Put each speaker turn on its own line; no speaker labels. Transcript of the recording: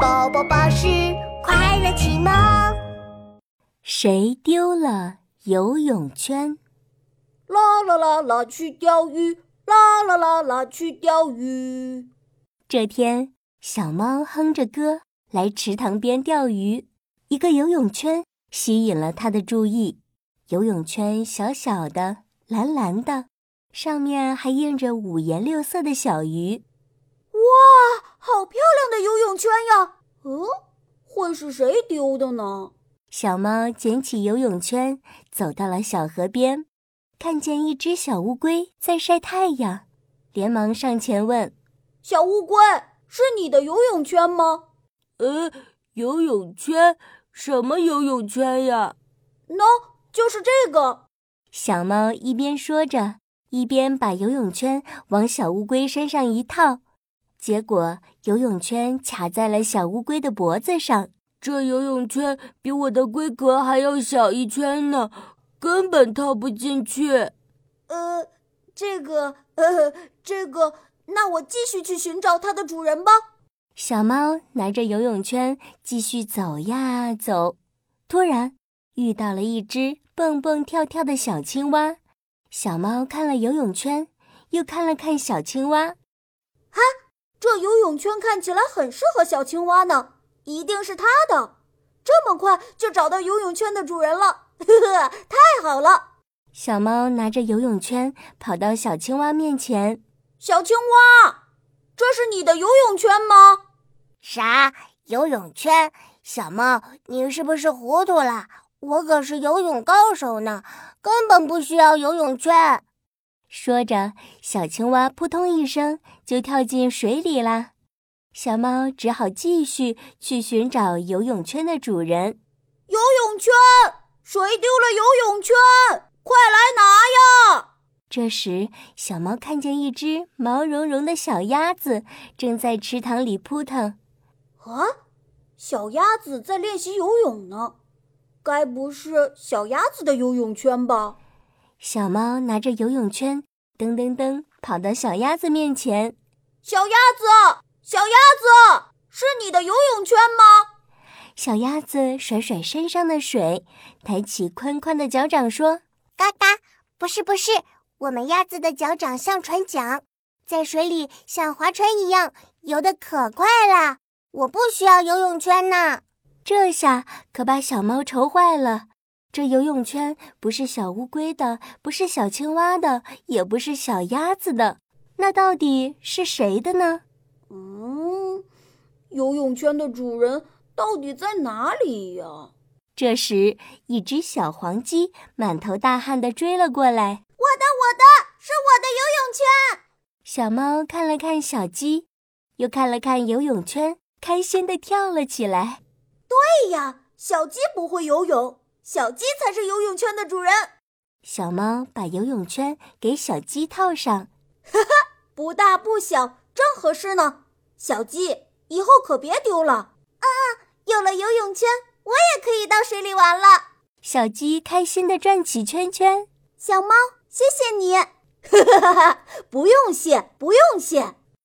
宝宝巴士快乐启蒙。
谁丢了游泳圈？
啦啦啦啦去钓鱼，啦啦啦啦去钓鱼。
这天，小猫哼着歌来池塘边钓鱼，一个游泳圈吸引了它的注意。游泳圈小小的，蓝蓝的，上面还印着五颜六色的小鱼。
哇，好漂亮的游泳圈呀！嗯，会是谁丢的呢？
小猫捡起游泳圈，走到了小河边，看见一只小乌龟在晒太阳，连忙上前问：“
小乌龟，是你的游泳圈吗？”“
呃，游泳圈？什么游泳圈呀？”“
喏、no,，就是这个。”
小猫一边说着，一边把游泳圈往小乌龟身上一套。结果，游泳圈卡在了小乌龟的脖子上。
这游泳圈比我的龟壳还要小一圈呢，根本套不进去。
呃，这个，呃，这个，那我继续去寻找它的主人吧。
小猫拿着游泳圈继续走呀走，突然遇到了一只蹦蹦跳跳的小青蛙。小猫看了游泳圈，又看了看小青蛙，
哈。这游泳圈看起来很适合小青蛙呢，一定是它的。这么快就找到游泳圈的主人了，呵呵，太好了！
小猫拿着游泳圈跑到小青蛙面前：“
小青蛙，这是你的游泳圈吗？”“
啥游泳圈？小猫，你是不是糊涂了？我可是游泳高手呢，根本不需要游泳圈。”
说着，小青蛙扑通一声就跳进水里啦。小猫只好继续去寻找游泳圈的主人。
游泳圈，谁丢了游泳圈？快来拿呀！
这时，小猫看见一只毛茸茸的小鸭子正在池塘里扑腾。
啊，小鸭子在练习游泳呢，该不是小鸭子的游泳圈吧？
小猫拿着游泳圈，噔噔噔跑到小鸭子面前。
小鸭子，小鸭子，是你的游泳圈吗？
小鸭子甩甩身上的水，抬起宽宽的脚掌说：“
嘎嘎，不是不是，我们鸭子的脚掌像船桨，在水里像划船一样游得可快啦！我不需要游泳圈呢。”
这下可把小猫愁坏了。这游泳圈不是小乌龟的，不是小青蛙的，也不是小鸭子的，那到底是谁的呢？
嗯，游泳圈的主人到底在哪里呀？
这时，一只小黄鸡满头大汗地追了过来。
我的，我的，是我的游泳圈！
小猫看了看小鸡，又看了看游泳圈，开心地跳了起来。
对呀，小鸡不会游泳。小鸡才是游泳圈的主人。
小猫把游泳圈给小鸡套上，
哈哈，不大不小，正合适呢。小鸡，以后可别丢了。
啊，有了游泳圈，我也可以到水里玩了。
小鸡开心地转起圈圈。
小猫，谢谢你。
哈哈哈哈，不用谢，不用谢。